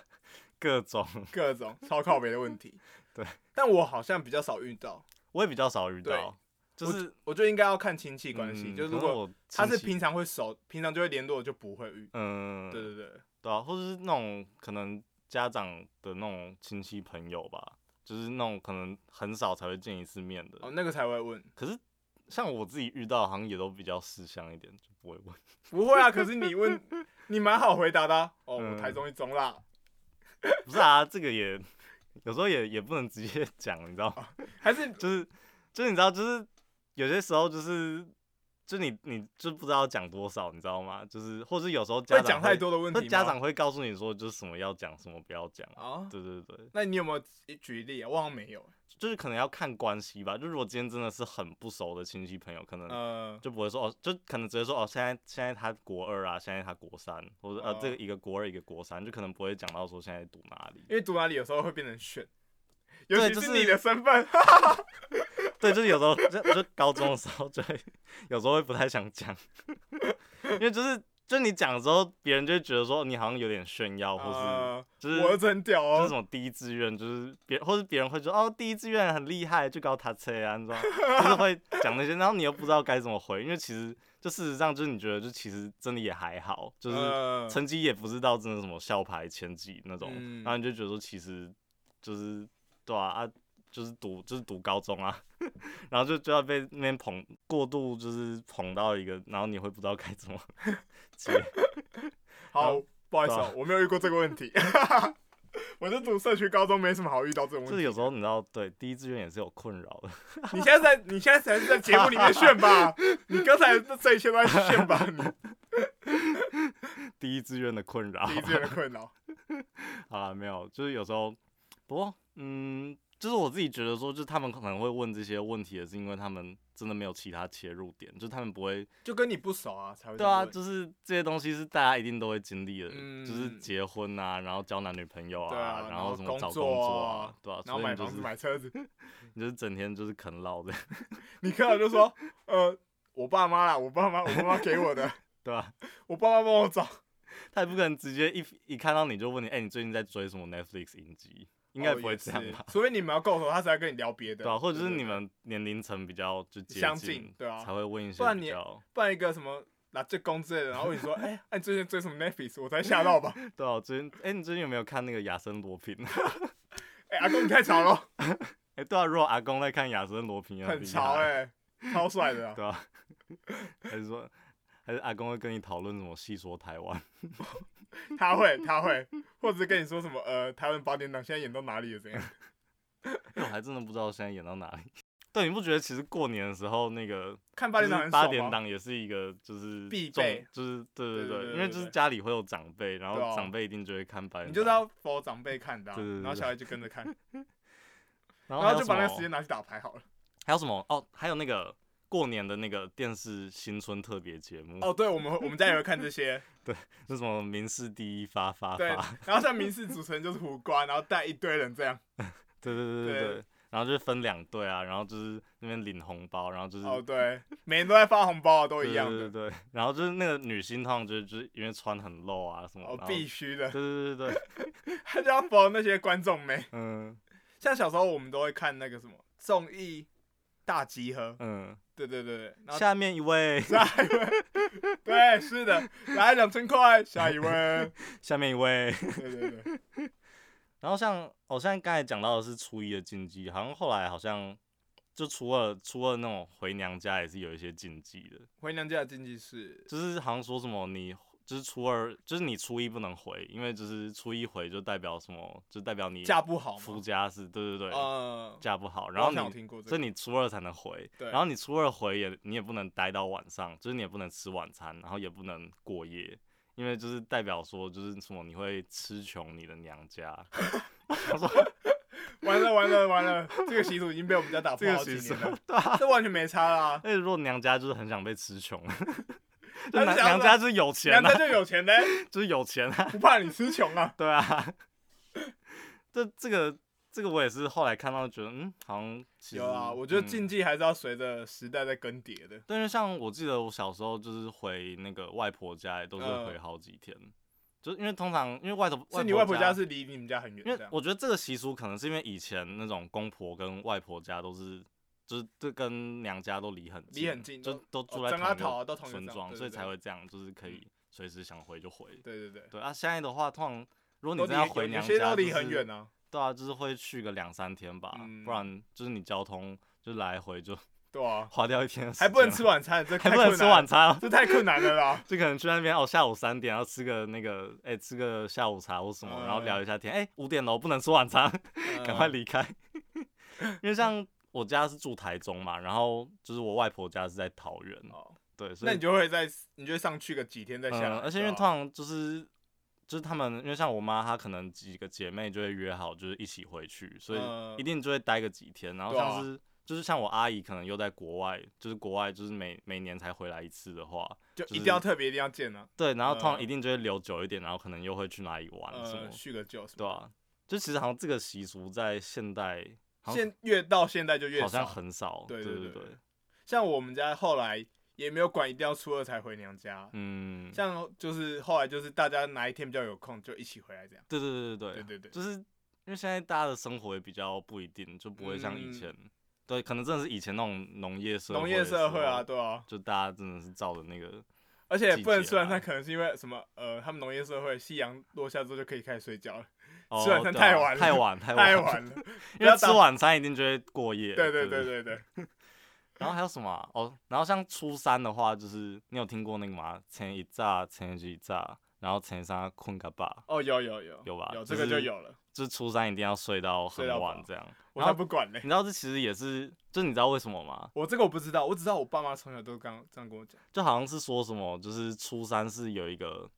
Speaker 1: 各种
Speaker 2: 各种超靠北的问题。
Speaker 1: 对，
Speaker 2: 但我好像比较少遇到，
Speaker 1: 我也比较少遇到，就
Speaker 2: 对
Speaker 1: 是
Speaker 2: 我觉得应该要看亲戚关系，
Speaker 1: 嗯
Speaker 2: 就是
Speaker 1: 可
Speaker 2: 如
Speaker 1: 能
Speaker 2: 果
Speaker 1: 我
Speaker 2: 他
Speaker 1: 亲
Speaker 2: 是
Speaker 1: 戚
Speaker 2: 平常会熟，平常就会联络，就不会遇。
Speaker 1: 嗯，
Speaker 2: 对对对，
Speaker 1: 对啊，或者是那种可能家长的那种亲戚朋友吧，就是那种可能很少才会见一次面的。
Speaker 2: 哦，那个才会问。
Speaker 1: 可是像我自己遇到，好像也都比较识相一点，就不会问。
Speaker 2: 不会啊，可是 你问，你蛮好回答的啊、哦，
Speaker 1: 嗯
Speaker 2: 我台中一中啦。
Speaker 1: 不是啊，这个也有时候也也不能直接讲，你知道吗？
Speaker 2: 还是
Speaker 1: 就是就是你知道，就是有些时候就是就你你就不知道讲多少，你知道吗？就是或是有时候家
Speaker 2: 会
Speaker 1: 长
Speaker 2: 讲太，多的问题
Speaker 1: 那
Speaker 2: 吗？
Speaker 1: 家长会告诉你说就是什么要讲，什么不要讲。
Speaker 2: 啊，
Speaker 1: 对对对，
Speaker 2: 那你有没有举举例啊？我好像没有。
Speaker 1: 就是可能要看关系吧。就如果今天真的是很不熟的亲戚朋友，可能
Speaker 2: 呃，
Speaker 1: 就不会说哦，就可能直接说哦，现在现在他国二啊，现在他国三，或者呃
Speaker 2: 哦
Speaker 1: 这个一个国二一个国三，就可能不会讲到说现在读哪里。
Speaker 2: 因为读哪里有时候会变成选，尤其
Speaker 1: 就是是
Speaker 2: 你的身份。
Speaker 1: 对，就是有时候就就高中的时候就会有时候会不太想讲，因为就是就你讲的时候，别人就会觉得说你好像有点炫耀，哦或是
Speaker 2: 呃
Speaker 1: 就是
Speaker 2: 我儿子很屌
Speaker 1: 就是
Speaker 2: 哦
Speaker 1: 什，么第一志愿，就是别或是别人会说哦第一志愿很厉害，就搞他车啊，你知道 吗，就是会讲那些，然后你又不知道该怎么回，因为其实就事实上就是你觉得就其实真的也还好，就是
Speaker 2: 呃
Speaker 1: 成绩也不是到真的什么校排前几那种，
Speaker 2: 嗯
Speaker 1: 然后你就觉得说其实就是对啊啊，就是读就是读高中啊， 然后就就要被那边捧过度就是捧到一个，然后你会不知道该怎么 接，
Speaker 2: 好，不好意思
Speaker 1: 对啊
Speaker 2: 哦，我没有遇过这个问题。 我是读社区高中，没什么好遇到这种
Speaker 1: 就
Speaker 2: 问
Speaker 1: 是
Speaker 2: 题。
Speaker 1: 有时候你知道对第一志愿也是有困扰的。
Speaker 2: 你现在在，你现在才是在节目里面炫吧？你刚才这一切都在炫 吧？你
Speaker 1: 第一志愿的困扰。
Speaker 2: 第一次有的困扰。
Speaker 1: 好了，没有，就是有时候，不过，嗯，就是我自己觉得说，就是他们可能会问这些问题，也是因为他们真的没有其他切入点，就是他们不会，
Speaker 2: 就跟你不熟啊，才会这
Speaker 1: 对
Speaker 2: 样
Speaker 1: 啊，
Speaker 2: 问
Speaker 1: 就是这些东西是大家一定都会经历的，就是
Speaker 2: 嗯
Speaker 1: 结婚啊，然后交男女朋友
Speaker 2: 对啊
Speaker 1: 然
Speaker 2: 然
Speaker 1: 后
Speaker 2: 后
Speaker 1: 什么
Speaker 2: 工
Speaker 1: 找
Speaker 2: 作
Speaker 1: 工作
Speaker 2: 啊
Speaker 1: 啊，对啊，
Speaker 2: 然
Speaker 1: 所
Speaker 2: 后
Speaker 1: 以
Speaker 2: 买
Speaker 1: 你就
Speaker 2: 房子、
Speaker 1: 是
Speaker 2: 买车子，
Speaker 1: 你就是整天就是啃老的，
Speaker 2: 你看到就说， 呃，我爸妈啦，我爸妈，我爸妈给 我的，
Speaker 1: 对吧、
Speaker 2: 我爸妈帮我找，
Speaker 1: 他也不可能直接一一看到你就问你，哎、你最近在追什么 Netflix 影集？应该
Speaker 2: 哦
Speaker 1: 不会
Speaker 2: 也
Speaker 1: 这样
Speaker 2: 是
Speaker 1: 吧？
Speaker 2: 除非你们要够熟，他才会跟你 聊别的，
Speaker 1: 对啊，或者是
Speaker 2: 对
Speaker 1: 你，们年龄层比较就接
Speaker 2: 相
Speaker 1: 近
Speaker 2: 近，对啊
Speaker 1: 才会问一些
Speaker 2: 不然
Speaker 1: 比
Speaker 2: 你
Speaker 1: 较
Speaker 2: 办一个什么拿这公之类的，然后问你说，哎、 那你最近追什么 Netflix？我才吓到吧。
Speaker 1: 对啊，我最近哎、你最近有没有看那个《亚森罗平》？
Speaker 2: 哎、阿公你太吵了，
Speaker 1: 哎、对啊，如果阿公在看《亚森罗平》，
Speaker 2: 很潮
Speaker 1: 哎、
Speaker 2: 哎、超帅的、啊。
Speaker 1: 对啊， 还是说还是阿公会跟你讨论什么戏说台湾？
Speaker 2: 他会，他会，或者是跟你说什么呃，台湾八点档现在演到哪里了怎样？
Speaker 1: 因为我还真的不知道现在演到哪里。 对，你不觉得其实过年的时候那个
Speaker 2: 看八
Speaker 1: 就
Speaker 2: 点档
Speaker 1: 是
Speaker 2: 很爽
Speaker 1: 八
Speaker 2: 吗
Speaker 1: 点档也是一个就是
Speaker 2: 必
Speaker 1: 重
Speaker 2: 备
Speaker 1: 就是对对
Speaker 2: 对对对
Speaker 1: 因为
Speaker 2: 对
Speaker 1: 就是
Speaker 2: 对
Speaker 1: 家里会有长辈，然后
Speaker 2: 对啊
Speaker 1: 长辈一定就会看八点档，
Speaker 2: 你就是要 for 长辈看的啊、
Speaker 1: 对对对
Speaker 2: 然后
Speaker 1: 对
Speaker 2: 小孩就跟着看，
Speaker 1: 然
Speaker 2: 然
Speaker 1: 后还有
Speaker 2: 后就
Speaker 1: 什
Speaker 2: 把那
Speaker 1: 么
Speaker 2: 个时间拿去打牌好了。
Speaker 1: 还有什么哦，还有那个过年的那个电视新春特别节目
Speaker 2: 哦，对，我们我们家也会看这些，
Speaker 1: 那什么民视第一发发
Speaker 2: 对
Speaker 1: 发，。
Speaker 2: 然后像民事主持人就是胡瓜，然后带一堆人这样。
Speaker 1: 对对对对
Speaker 2: 对
Speaker 1: 对，然后就是分两队啊，然后就是那边领红包，然后就是
Speaker 2: 哦，对，每人都在发红包啊，都一样
Speaker 1: 对对
Speaker 2: 的。
Speaker 1: 对对，然后就是那个女星通常就是就是因为穿很露啊什么，
Speaker 2: 哦
Speaker 1: 然，后
Speaker 2: 必须的
Speaker 1: 对，对对对对，
Speaker 2: 他就要 for 那些观众妹。
Speaker 1: 嗯
Speaker 2: 像小时候我们都会看那个什么综艺大集合，
Speaker 1: 嗯，
Speaker 2: 对对对对，然后
Speaker 1: 下面一 位，
Speaker 2: 下一位，对，是的，来两千块，下一位，
Speaker 1: 下面一位，
Speaker 2: 对对对，
Speaker 1: 然后像我、哦、现在刚才讲到的是初一的禁忌，好像后来好像就初二初二那种回娘家也是有一些禁忌的，
Speaker 2: 回娘家的禁忌是
Speaker 1: 就是好像说什么你就是初二，就是你初一不能回，因为就是初一回就代表什么，就代表你
Speaker 2: 嫁不好
Speaker 1: 夫
Speaker 2: 吗？
Speaker 1: 家是，对对对，
Speaker 2: 呃，
Speaker 1: 嫁不好，
Speaker 2: 我
Speaker 1: 然后
Speaker 2: 好像有
Speaker 1: 你
Speaker 2: 听过这
Speaker 1: 所以
Speaker 2: 个，
Speaker 1: 你初二才能回，
Speaker 2: 对
Speaker 1: 然后你初二回也你也不能待到晚上，就是你也不能吃晚餐，然后也不能过夜，因为就是代表说就是什么你会吃穷你的娘 家。他说
Speaker 2: 完了完了完了，这个习俗已经被我们家打
Speaker 1: 这
Speaker 2: 破
Speaker 1: 个
Speaker 2: 好几
Speaker 1: 习俗
Speaker 2: 年了，，
Speaker 1: 对啊，
Speaker 2: 这完全没差啦。
Speaker 1: 那如果娘家就是很想被吃 穷，就
Speaker 2: 但
Speaker 1: 娘
Speaker 2: 是想要
Speaker 1: 娘家就是有 钱
Speaker 2: 娘家
Speaker 1: 啊，
Speaker 2: 就有钱呢，
Speaker 1: 就是有钱啊，
Speaker 2: 不怕你吃穷啊。
Speaker 1: 对啊。这这个这个我也是后来看到觉得嗯，好像 其实
Speaker 2: 有啊，我觉
Speaker 1: 嗯
Speaker 2: 得禁忌还是要随着时代在更迭的。
Speaker 1: 但是像我记得我小时候就是回那个外婆家，也都是
Speaker 2: 嗯
Speaker 1: 回好几天，就是因为通常因为外头
Speaker 2: 是你外婆家
Speaker 1: 家，
Speaker 2: 是离你们家很远，
Speaker 1: 因
Speaker 2: 这
Speaker 1: 为
Speaker 2: 样
Speaker 1: 我觉得这个习俗可能是因为以前那种公婆跟外婆家都是。就是这跟娘家都离很
Speaker 2: 离很近
Speaker 1: 就都住在
Speaker 2: 张阿桃
Speaker 1: 同
Speaker 2: 啊
Speaker 1: 一
Speaker 2: 都
Speaker 1: 个
Speaker 2: 同一个
Speaker 1: 村
Speaker 2: 张
Speaker 1: 庄，
Speaker 2: 对
Speaker 1: 所以
Speaker 2: 对
Speaker 1: 才
Speaker 2: 对嗯
Speaker 1: 会这样，就是可以随时想回就回。
Speaker 2: 对对对，
Speaker 1: 对啊，现在的话，通常如果你
Speaker 2: 都
Speaker 1: 真
Speaker 2: 离
Speaker 1: 的要回
Speaker 2: 有有
Speaker 1: 娘
Speaker 2: 些
Speaker 1: 家，就
Speaker 2: 都离很
Speaker 1: 是
Speaker 2: 远啊。
Speaker 1: 对啊，就是会去个两三天吧，
Speaker 2: 嗯
Speaker 1: 不然就是你交通就来回就
Speaker 2: 对啊，
Speaker 1: 花掉一天的时
Speaker 2: 还不能
Speaker 1: 间
Speaker 2: 吃晚餐，这
Speaker 1: 还
Speaker 2: 太
Speaker 1: 不
Speaker 2: 困
Speaker 1: 能
Speaker 2: 难
Speaker 1: 吃晚
Speaker 2: 了，
Speaker 1: 餐啊，
Speaker 2: 这太困难了啦。
Speaker 1: 就可能去那边哦，下午三点要吃个那个，哎、吃个下午茶或什么，
Speaker 2: 嗯
Speaker 1: 然后聊一下天。哎、五点了，我不能吃晚餐， 赶快
Speaker 2: 嗯
Speaker 1: 离开。 因为像我家是住台中嘛，然后就是我外婆家是在桃园，
Speaker 2: 哦
Speaker 1: 对，所以
Speaker 2: 那你就会在，你就会上去个几天再下来
Speaker 1: 嗯，。而且因为
Speaker 2: 对
Speaker 1: 通
Speaker 2: 吧
Speaker 1: 常就是就是他们，因为像我妈她可能几个姐妹就会约好，就是一起回去，所
Speaker 2: 嗯
Speaker 1: 以一定就会待个几天。然后
Speaker 2: 对啊
Speaker 1: 像是、就是像我阿姨可能又在国外，就是国外就是每每年才回来一次的话，
Speaker 2: 就
Speaker 1: 就
Speaker 2: 一定
Speaker 1: 是
Speaker 2: 要特别一定要见啊，
Speaker 1: 对，然后通常
Speaker 2: 嗯
Speaker 1: 一定就会留久一点，然后可能又会去哪里玩啊什么，
Speaker 2: 呃，叙个旧什
Speaker 1: 对
Speaker 2: 么。
Speaker 1: 啊，就其实好像这个习俗在现代好像
Speaker 2: 现越到现在就越
Speaker 1: 啊好像
Speaker 2: 少，
Speaker 1: 很少，
Speaker 2: 对
Speaker 1: 对
Speaker 2: 对对
Speaker 1: 对，
Speaker 2: 像我们家后来也没有管，一定要初二才回娘家。
Speaker 1: 嗯，
Speaker 2: 像就是后来就是大家哪一天比较有空就一起回来这样。
Speaker 1: 对对对对
Speaker 2: 对对对
Speaker 1: 就是因为现在大家的生活也比较不一定，就不会像以
Speaker 2: 嗯
Speaker 1: 前，对，可能真的是以前那种农业社
Speaker 2: 农
Speaker 1: 会
Speaker 2: 业
Speaker 1: 的时
Speaker 2: 社会啊，
Speaker 1: 候，
Speaker 2: 对啊，
Speaker 1: 就大家真的是照着那个，
Speaker 2: 而且不能
Speaker 1: 季节
Speaker 2: 吃晚
Speaker 1: 啊
Speaker 2: 餐，可能是因为什么？呃，他们农业社会，夕阳落下之后就可以开始睡觉了，
Speaker 1: 哦，
Speaker 2: 吃晚餐
Speaker 1: 对
Speaker 2: 太
Speaker 1: 啊
Speaker 2: 晚了
Speaker 1: 太晚，太
Speaker 2: 太
Speaker 1: 了，
Speaker 2: 晚了。不
Speaker 1: 因为
Speaker 2: 要
Speaker 1: 吃
Speaker 2: 打
Speaker 1: 晚餐一定就会过夜，
Speaker 2: 对对
Speaker 1: 对
Speaker 2: 对。对对，
Speaker 1: 然后还有什么啊、哦，然后像初三的话，就是你有听过那个吗？前一炸，前一炸，然后前三困个吧，
Speaker 2: 哦，有有有
Speaker 1: 有吧
Speaker 2: 有
Speaker 1: 就
Speaker 2: 这个就是有了，
Speaker 1: 就是初三一定要睡到很
Speaker 2: 睡到
Speaker 1: 晚
Speaker 2: 饱
Speaker 1: 这样。
Speaker 2: 我
Speaker 1: 然
Speaker 2: 才
Speaker 1: 后嗯
Speaker 2: 不管嘞
Speaker 1: 你。知道这其实也是，就是你知道为什么吗？
Speaker 2: 我这个我不知道，我只知道我爸妈从小都刚这样跟我讲。
Speaker 1: 就好像是说什么，就是初三是有一个，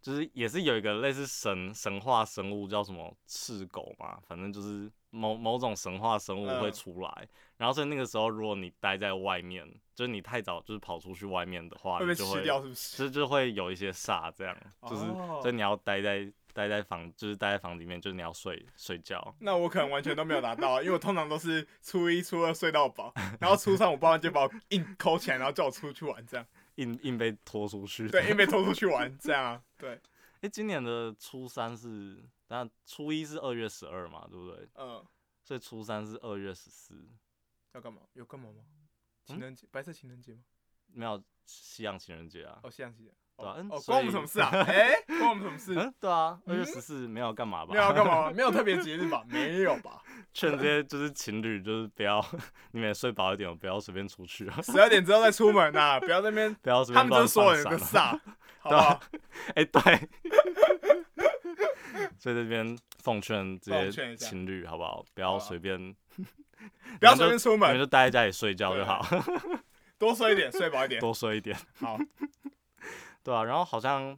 Speaker 1: 就是也是有一个类似神神话生物叫什么赤狗嘛，反正就是某某种神话生物会
Speaker 2: 嗯
Speaker 1: 出来。然后所以那个时候，如果你待在外面，就是你太早就是跑出去外面的话，
Speaker 2: 会被
Speaker 1: 啊你就
Speaker 2: 吃
Speaker 1: 会
Speaker 2: 掉是不？
Speaker 1: 就是是就会有一些煞，这样就是，
Speaker 2: 哦
Speaker 1: 所以你要待在待在房，就是待在房里面，就是你要睡睡觉。
Speaker 2: 那我可能完全都没有达到，啊因为我通常都是初一、初二睡到饱，然后初三我爸妈就把我硬抠起来，然后叫我出去玩，这样
Speaker 1: 硬硬被拖出去。
Speaker 2: 对，硬被拖出去玩，这样啊，对，
Speaker 1: 哎、今年的初三是，那初一是二月十二嘛，对不对？
Speaker 2: 嗯，
Speaker 1: 所以初三是二月十四，嗯
Speaker 2: 要干嘛？有干嘛吗？情人节，白色情人节吗？
Speaker 1: 没有西洋情人节啊，
Speaker 2: 哦，西洋情人节，
Speaker 1: 对啊
Speaker 2: 哦
Speaker 1: 嗯
Speaker 2: 哦，
Speaker 1: 所
Speaker 2: 关我
Speaker 1: 以
Speaker 2: 们什么 事啊？哎，关我们什么事？
Speaker 1: 嗯，对啊，二月
Speaker 2: 嗯
Speaker 1: 十四没有干嘛吧？
Speaker 2: 没有啊要干嘛？没有特别节日吧？没有吧？
Speaker 1: 劝这些就是情侣，就是不要， 你们也睡饱一点，不要随便出去啊，
Speaker 2: 十二点之后再出门呐，不要在那边，
Speaker 1: 不要随
Speaker 2: 他
Speaker 1: 便
Speaker 2: 们就
Speaker 1: 乱
Speaker 2: 是所有人
Speaker 1: 放
Speaker 2: 的
Speaker 1: 闪啊。
Speaker 2: 煞，好不
Speaker 1: 对
Speaker 2: 好
Speaker 1: 啊？哎、对。 所以这边奉劝这
Speaker 2: 奉劝
Speaker 1: 些
Speaker 2: 一下
Speaker 1: 情侣，好不好？不
Speaker 2: 好
Speaker 1: 要
Speaker 2: 啊
Speaker 1: 随便，
Speaker 2: 不要
Speaker 1: 你们就
Speaker 2: 随便出
Speaker 1: 你 们
Speaker 2: 门，
Speaker 1: 就待在家里睡觉就
Speaker 2: 对
Speaker 1: 好，
Speaker 2: 多睡一点，睡饱一 点。
Speaker 1: 多睡一点。
Speaker 2: 好，
Speaker 1: 对啊，然后好像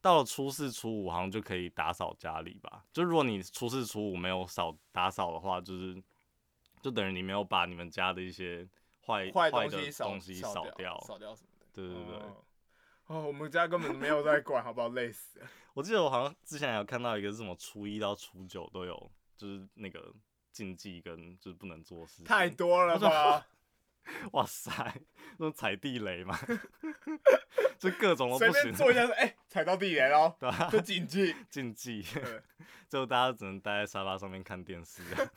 Speaker 1: 到了初四、初五，好像就可以打扫家里吧。就如果你初四、初五没有扫打扫的话，就是就等于你没有把你们家的一些坏
Speaker 2: 坏
Speaker 1: 的
Speaker 2: 西扫
Speaker 1: 东西扫
Speaker 2: 掉，扫掉什么的。
Speaker 1: 对对对，
Speaker 2: 哦哦，我们家根本没有在管，好不好？累死了。
Speaker 1: 我记得我好像之前有看到一个是什么初一到初九都有，就是那个禁忌跟就是不能做的事情。
Speaker 2: 太多了吧？
Speaker 1: 哇塞，那种踩地雷嘛， 就各种都
Speaker 2: 随
Speaker 1: 不
Speaker 2: 便
Speaker 1: 行，
Speaker 2: 做一下，哎，踩到地雷 喽，
Speaker 1: 对啊
Speaker 2: 就禁忌。
Speaker 1: 禁忌，
Speaker 2: 对
Speaker 1: 最后大家只能待在沙发上面看电视这样，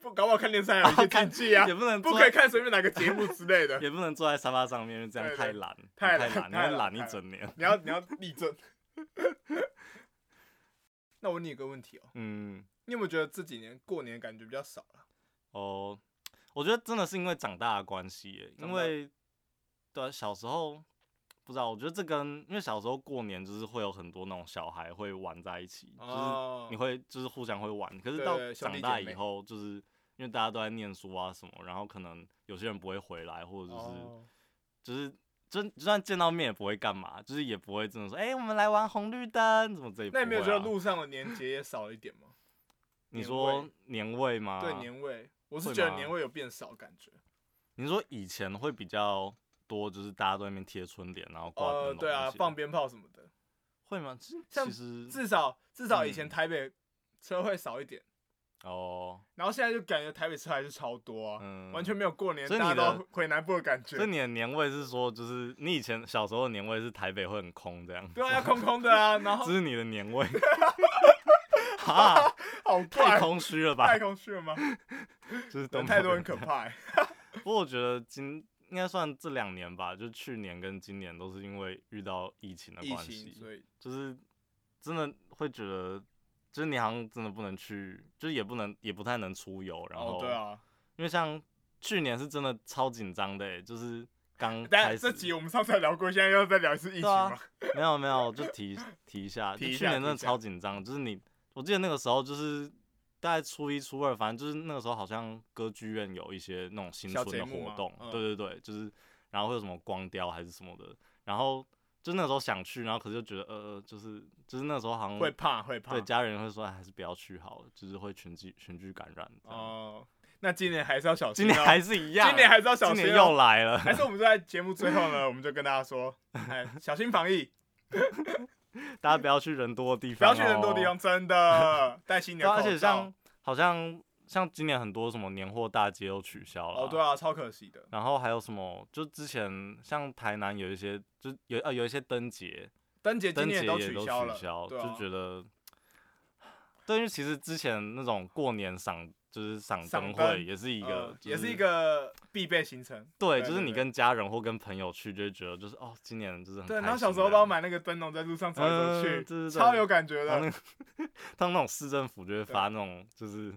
Speaker 2: 不，搞不好看电视还有 一些禁忌 啊
Speaker 1: 也，不能
Speaker 2: 不
Speaker 1: 坐
Speaker 2: 可以看随便哪个节目之 类的。
Speaker 1: 也不能坐在沙发上面，因为这样
Speaker 2: 对对
Speaker 1: 太懒，
Speaker 2: 太懒
Speaker 1: 懒，你
Speaker 2: 太
Speaker 1: 会
Speaker 2: 懒
Speaker 1: 懒一
Speaker 2: 太懒
Speaker 1: 整年。
Speaker 2: 你要你要立正。 那我问你一个问题哦，
Speaker 1: 嗯，
Speaker 2: 你有没有觉得这几年过年感觉比较少了？
Speaker 1: 哦，我觉得真的是因为长大的关系耶，
Speaker 2: 长
Speaker 1: 因
Speaker 2: 大
Speaker 1: 为对啊小时候不知道，我觉得这跟因为小时候过年就是会有很多那种小孩会玩在一起，
Speaker 2: 哦
Speaker 1: 就是你会就是互相会玩，可是
Speaker 2: 对
Speaker 1: 到
Speaker 2: 对兄弟
Speaker 1: 长大
Speaker 2: 姐妹
Speaker 1: 以后，就是因为大家都在念书啊什么，然后可能有些人不会啊回来，或者就是、
Speaker 2: 哦，
Speaker 1: 就是。真就算见到面也不会干嘛，就是也不会真的说，哎、我们来玩红绿灯，怎么这一、啊？
Speaker 2: 那你没有觉得路上的年节也少了一点 吗？
Speaker 1: 你
Speaker 2: 年
Speaker 1: 说
Speaker 2: 味
Speaker 1: 年味吗？
Speaker 2: 对，年味，我是
Speaker 1: 会
Speaker 2: 觉得
Speaker 1: 吗
Speaker 2: 年味有变少感觉。
Speaker 1: 你说以前会比较多，就是大家都在那边贴春联，然后挂灯
Speaker 2: 呃，
Speaker 1: 笼
Speaker 2: 对啊
Speaker 1: 那，些
Speaker 2: 放鞭炮什么的，
Speaker 1: 会吗？其
Speaker 2: 像
Speaker 1: 其实
Speaker 2: 至少至少以前
Speaker 1: 嗯
Speaker 2: 台北车会少一点，
Speaker 1: 哦，
Speaker 2: 然后现在就感觉台北车还是超多啊，
Speaker 1: 嗯，
Speaker 2: 完全。没有过年
Speaker 1: 所以
Speaker 2: 大家
Speaker 1: 你的
Speaker 2: 都回南部的感觉
Speaker 1: 所以。你的年味是说，就是你以前小时候的年味是台北会很空这样，
Speaker 2: 对啊，要空空 的啊，然后
Speaker 1: 这是你的年 味。啊，
Speaker 2: 好
Speaker 1: 太
Speaker 2: 怪，
Speaker 1: 空虚了吧
Speaker 2: 哦太？空虚了吗？
Speaker 1: 就是 都
Speaker 2: 人
Speaker 1: 没
Speaker 2: 太
Speaker 1: 有
Speaker 2: 多很
Speaker 1: 人
Speaker 2: 可
Speaker 1: 看。
Speaker 2: 怕欸。
Speaker 1: 不过我觉得今应该算这两年吧，就去年跟今年都是因为遇到疫情的
Speaker 2: 疫
Speaker 1: 关
Speaker 2: 情，
Speaker 1: 系，
Speaker 2: 所以
Speaker 1: 就是真的会觉得，就是你好像真的不能去，就是也不能也不太能出游，然后、
Speaker 2: 哦对啊，
Speaker 1: 因为像去年是真的超紧张的、欸，就是刚
Speaker 2: 但
Speaker 1: 开始
Speaker 2: 这集我们上次还聊过，现在又再聊一次疫情
Speaker 1: 对啊
Speaker 2: 嘛？
Speaker 1: 没有没有，就提提一下，就
Speaker 2: 提一
Speaker 1: 去
Speaker 2: 下
Speaker 1: 年真
Speaker 2: 提
Speaker 1: 的
Speaker 2: 一下
Speaker 1: 超紧张，就是你我记得那个时候就是。大概初一、初二，反正就是那个时候，好像歌剧院有一些那种新
Speaker 2: 小
Speaker 1: 春
Speaker 2: 节
Speaker 1: 的
Speaker 2: 目
Speaker 1: 活
Speaker 2: 吗
Speaker 1: 动，
Speaker 2: 嗯
Speaker 1: 对对对，就是然后会有什么光雕还是什么的，然后就那个时候想去，然后可是就觉得呃，呃就是就是那时候好像
Speaker 2: 会怕会怕
Speaker 1: 对，。家人会说哎还是不要去好了，就是会群聚群聚感染。哦，
Speaker 2: 哦，那今年还是要小心
Speaker 1: 今
Speaker 2: 哦。
Speaker 1: 年还是一样，啊
Speaker 2: 今年还是要小心哦
Speaker 1: 今年又来了，
Speaker 2: 还是我们就在节目最后呢，我 们就跟大家说，哎，小心防 疫，
Speaker 1: 大家不要去人多的地
Speaker 2: 不
Speaker 1: 方、
Speaker 2: 要去人多的地。方，真的戴新
Speaker 1: 对
Speaker 2: 年
Speaker 1: 啊，
Speaker 2: 口
Speaker 1: 而
Speaker 2: 罩。
Speaker 1: 且像好像像今年很多什么年货大街都取消了、
Speaker 2: 哦，对。啊，超可惜的。
Speaker 1: 然后还有什么？就之前像台南有一些，就有呃有一些灯节，
Speaker 2: 灯节今
Speaker 1: 灯节
Speaker 2: 年
Speaker 1: 也
Speaker 2: 都
Speaker 1: 都
Speaker 2: 取
Speaker 1: 取
Speaker 2: 消了，对啊
Speaker 1: 就觉得，对，因为其实之前那种过年赏就是赏
Speaker 2: 赏
Speaker 1: 灯
Speaker 2: 灯
Speaker 1: 会也是一个
Speaker 2: 呃，
Speaker 1: 就
Speaker 2: 也是一个必备行程。
Speaker 1: 对，
Speaker 2: 对
Speaker 1: 就是你
Speaker 2: 对
Speaker 1: 跟家人或跟朋友去，就会觉得就是哦，今年就是很
Speaker 2: 对，
Speaker 1: 开
Speaker 2: 然后小
Speaker 1: 心
Speaker 2: 时候
Speaker 1: 这
Speaker 2: 都要
Speaker 1: 样
Speaker 2: 买那个灯笼，在路上走来走
Speaker 1: 嗯对
Speaker 2: 去，
Speaker 1: 对对
Speaker 2: 超有感觉
Speaker 1: 然后
Speaker 2: 的，
Speaker 1: 那个， 他们那种市政府就会发那种就是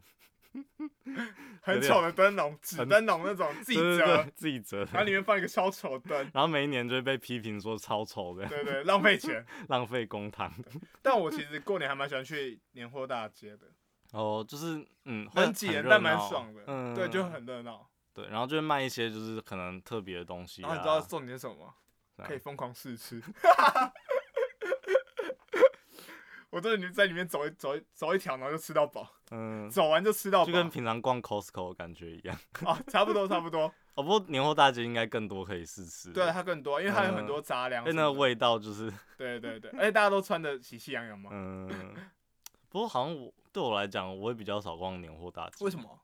Speaker 2: 很
Speaker 1: 有点
Speaker 2: 丑的灯笼，纸
Speaker 1: 很
Speaker 2: 灯笼那种，自己
Speaker 1: 对对
Speaker 2: 折
Speaker 1: 对，自己折的，
Speaker 2: 然后里面放一个超丑的灯，
Speaker 1: 然后每一年就会被批评说超丑的，
Speaker 2: 对对，浪费钱。
Speaker 1: 浪费公堂。
Speaker 2: 但我其实过年还蛮喜欢去年货大街的，
Speaker 1: 哦，就是嗯，会
Speaker 2: 很挤人，
Speaker 1: 热
Speaker 2: 但蛮
Speaker 1: 闹
Speaker 2: 爽的，
Speaker 1: 嗯，
Speaker 2: 对，就很热闹。
Speaker 1: 对，然后就会卖一些就是可能特别的东西
Speaker 2: 然后
Speaker 1: 啊，
Speaker 2: 你知道重点是什么吗？
Speaker 1: 这样
Speaker 2: 可以疯狂试吃。我真的在里面走一走一走一条，然后就吃到饱，
Speaker 1: 嗯，
Speaker 2: 走完就吃到
Speaker 1: 就跟
Speaker 2: 饱
Speaker 1: 平常逛 Costco 的感觉一样。
Speaker 2: 啊，差不多差不多。
Speaker 1: 哦，不过年货大街应该更多可以试吃，
Speaker 2: 对，，它更多，因为它有很
Speaker 1: 嗯
Speaker 2: 多杂粮
Speaker 1: 因
Speaker 2: 什
Speaker 1: 为
Speaker 2: 么
Speaker 1: 那
Speaker 2: 的。
Speaker 1: 个味道就是
Speaker 2: 对对对，而且大家都穿的喜气洋洋嘛。
Speaker 1: 嗯， 不过好像我对我来讲，我也比较少逛年货大街。
Speaker 2: 为什？么？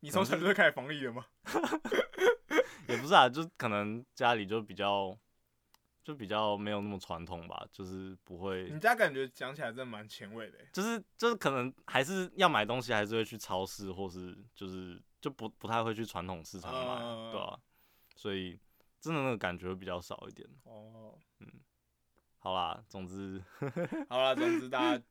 Speaker 2: 你从小就开始防疫了吗？
Speaker 1: 也不是啊，就可能家里就比较，就比较没有那么传统吧，就是不会
Speaker 2: 你，家感觉讲起来真的蛮前卫的欸。
Speaker 1: 就是就是可能还是要买东西，还是会去超市，或是就是就不不太会去传统市场买，
Speaker 2: 嗯
Speaker 1: 对啊，所以真的那个感觉会比较少一点。
Speaker 2: 哦，
Speaker 1: 好啦，总 之
Speaker 2: 好了，总之 大家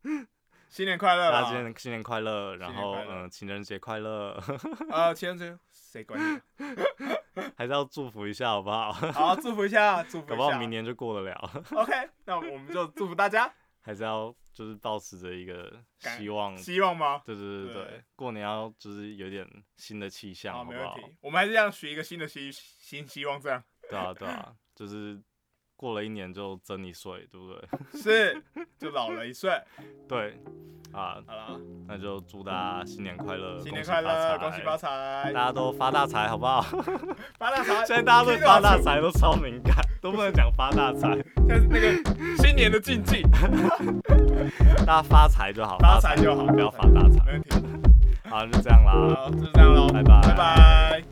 Speaker 2: 新年快乐
Speaker 1: 大家今
Speaker 2: 啦！
Speaker 1: 天新年快乐，然后
Speaker 2: 新年快乐
Speaker 1: 嗯，情人节快乐，
Speaker 2: 呃，情人节谁管你啊？
Speaker 1: 还是要祝福一下好不好？
Speaker 2: 好，祝福一下，祝福
Speaker 1: 搞
Speaker 2: 一
Speaker 1: 不好
Speaker 2: 下。
Speaker 1: 明年就过得了，
Speaker 2: OK，那我们就祝福大家，
Speaker 1: 还是要就是保持着一个
Speaker 2: 感
Speaker 1: 希望，
Speaker 2: 希望吗？
Speaker 1: 对对对对
Speaker 2: 对，
Speaker 1: 过年要就是有点新的气象，
Speaker 2: 好，
Speaker 1: 好
Speaker 2: 没
Speaker 1: 不
Speaker 2: 问
Speaker 1: 好？
Speaker 2: 题。我们还是这样许一个新的希新希望，这样
Speaker 1: 对啊对 啊，就是过了一年就增一岁，对不对？
Speaker 2: 是就老了一岁。
Speaker 1: 对啊，
Speaker 2: 好啦，
Speaker 1: 那就祝大家新年快乐，
Speaker 2: 新年快乐，恭喜发
Speaker 1: 财，
Speaker 2: 财
Speaker 1: 大，家都发大财，好不好？
Speaker 2: 发大财！
Speaker 1: 现在大家对发大
Speaker 2: 听
Speaker 1: 财都超敏感，都不能讲发大财，
Speaker 2: 到这，现在是那个新年的禁忌，
Speaker 1: 大家发财就好，
Speaker 2: 发财就好
Speaker 1: 不要发大财
Speaker 2: 没。问题。
Speaker 1: 好，就这样啦。
Speaker 2: 好，就是这样喽，
Speaker 1: 拜拜
Speaker 2: 拜拜。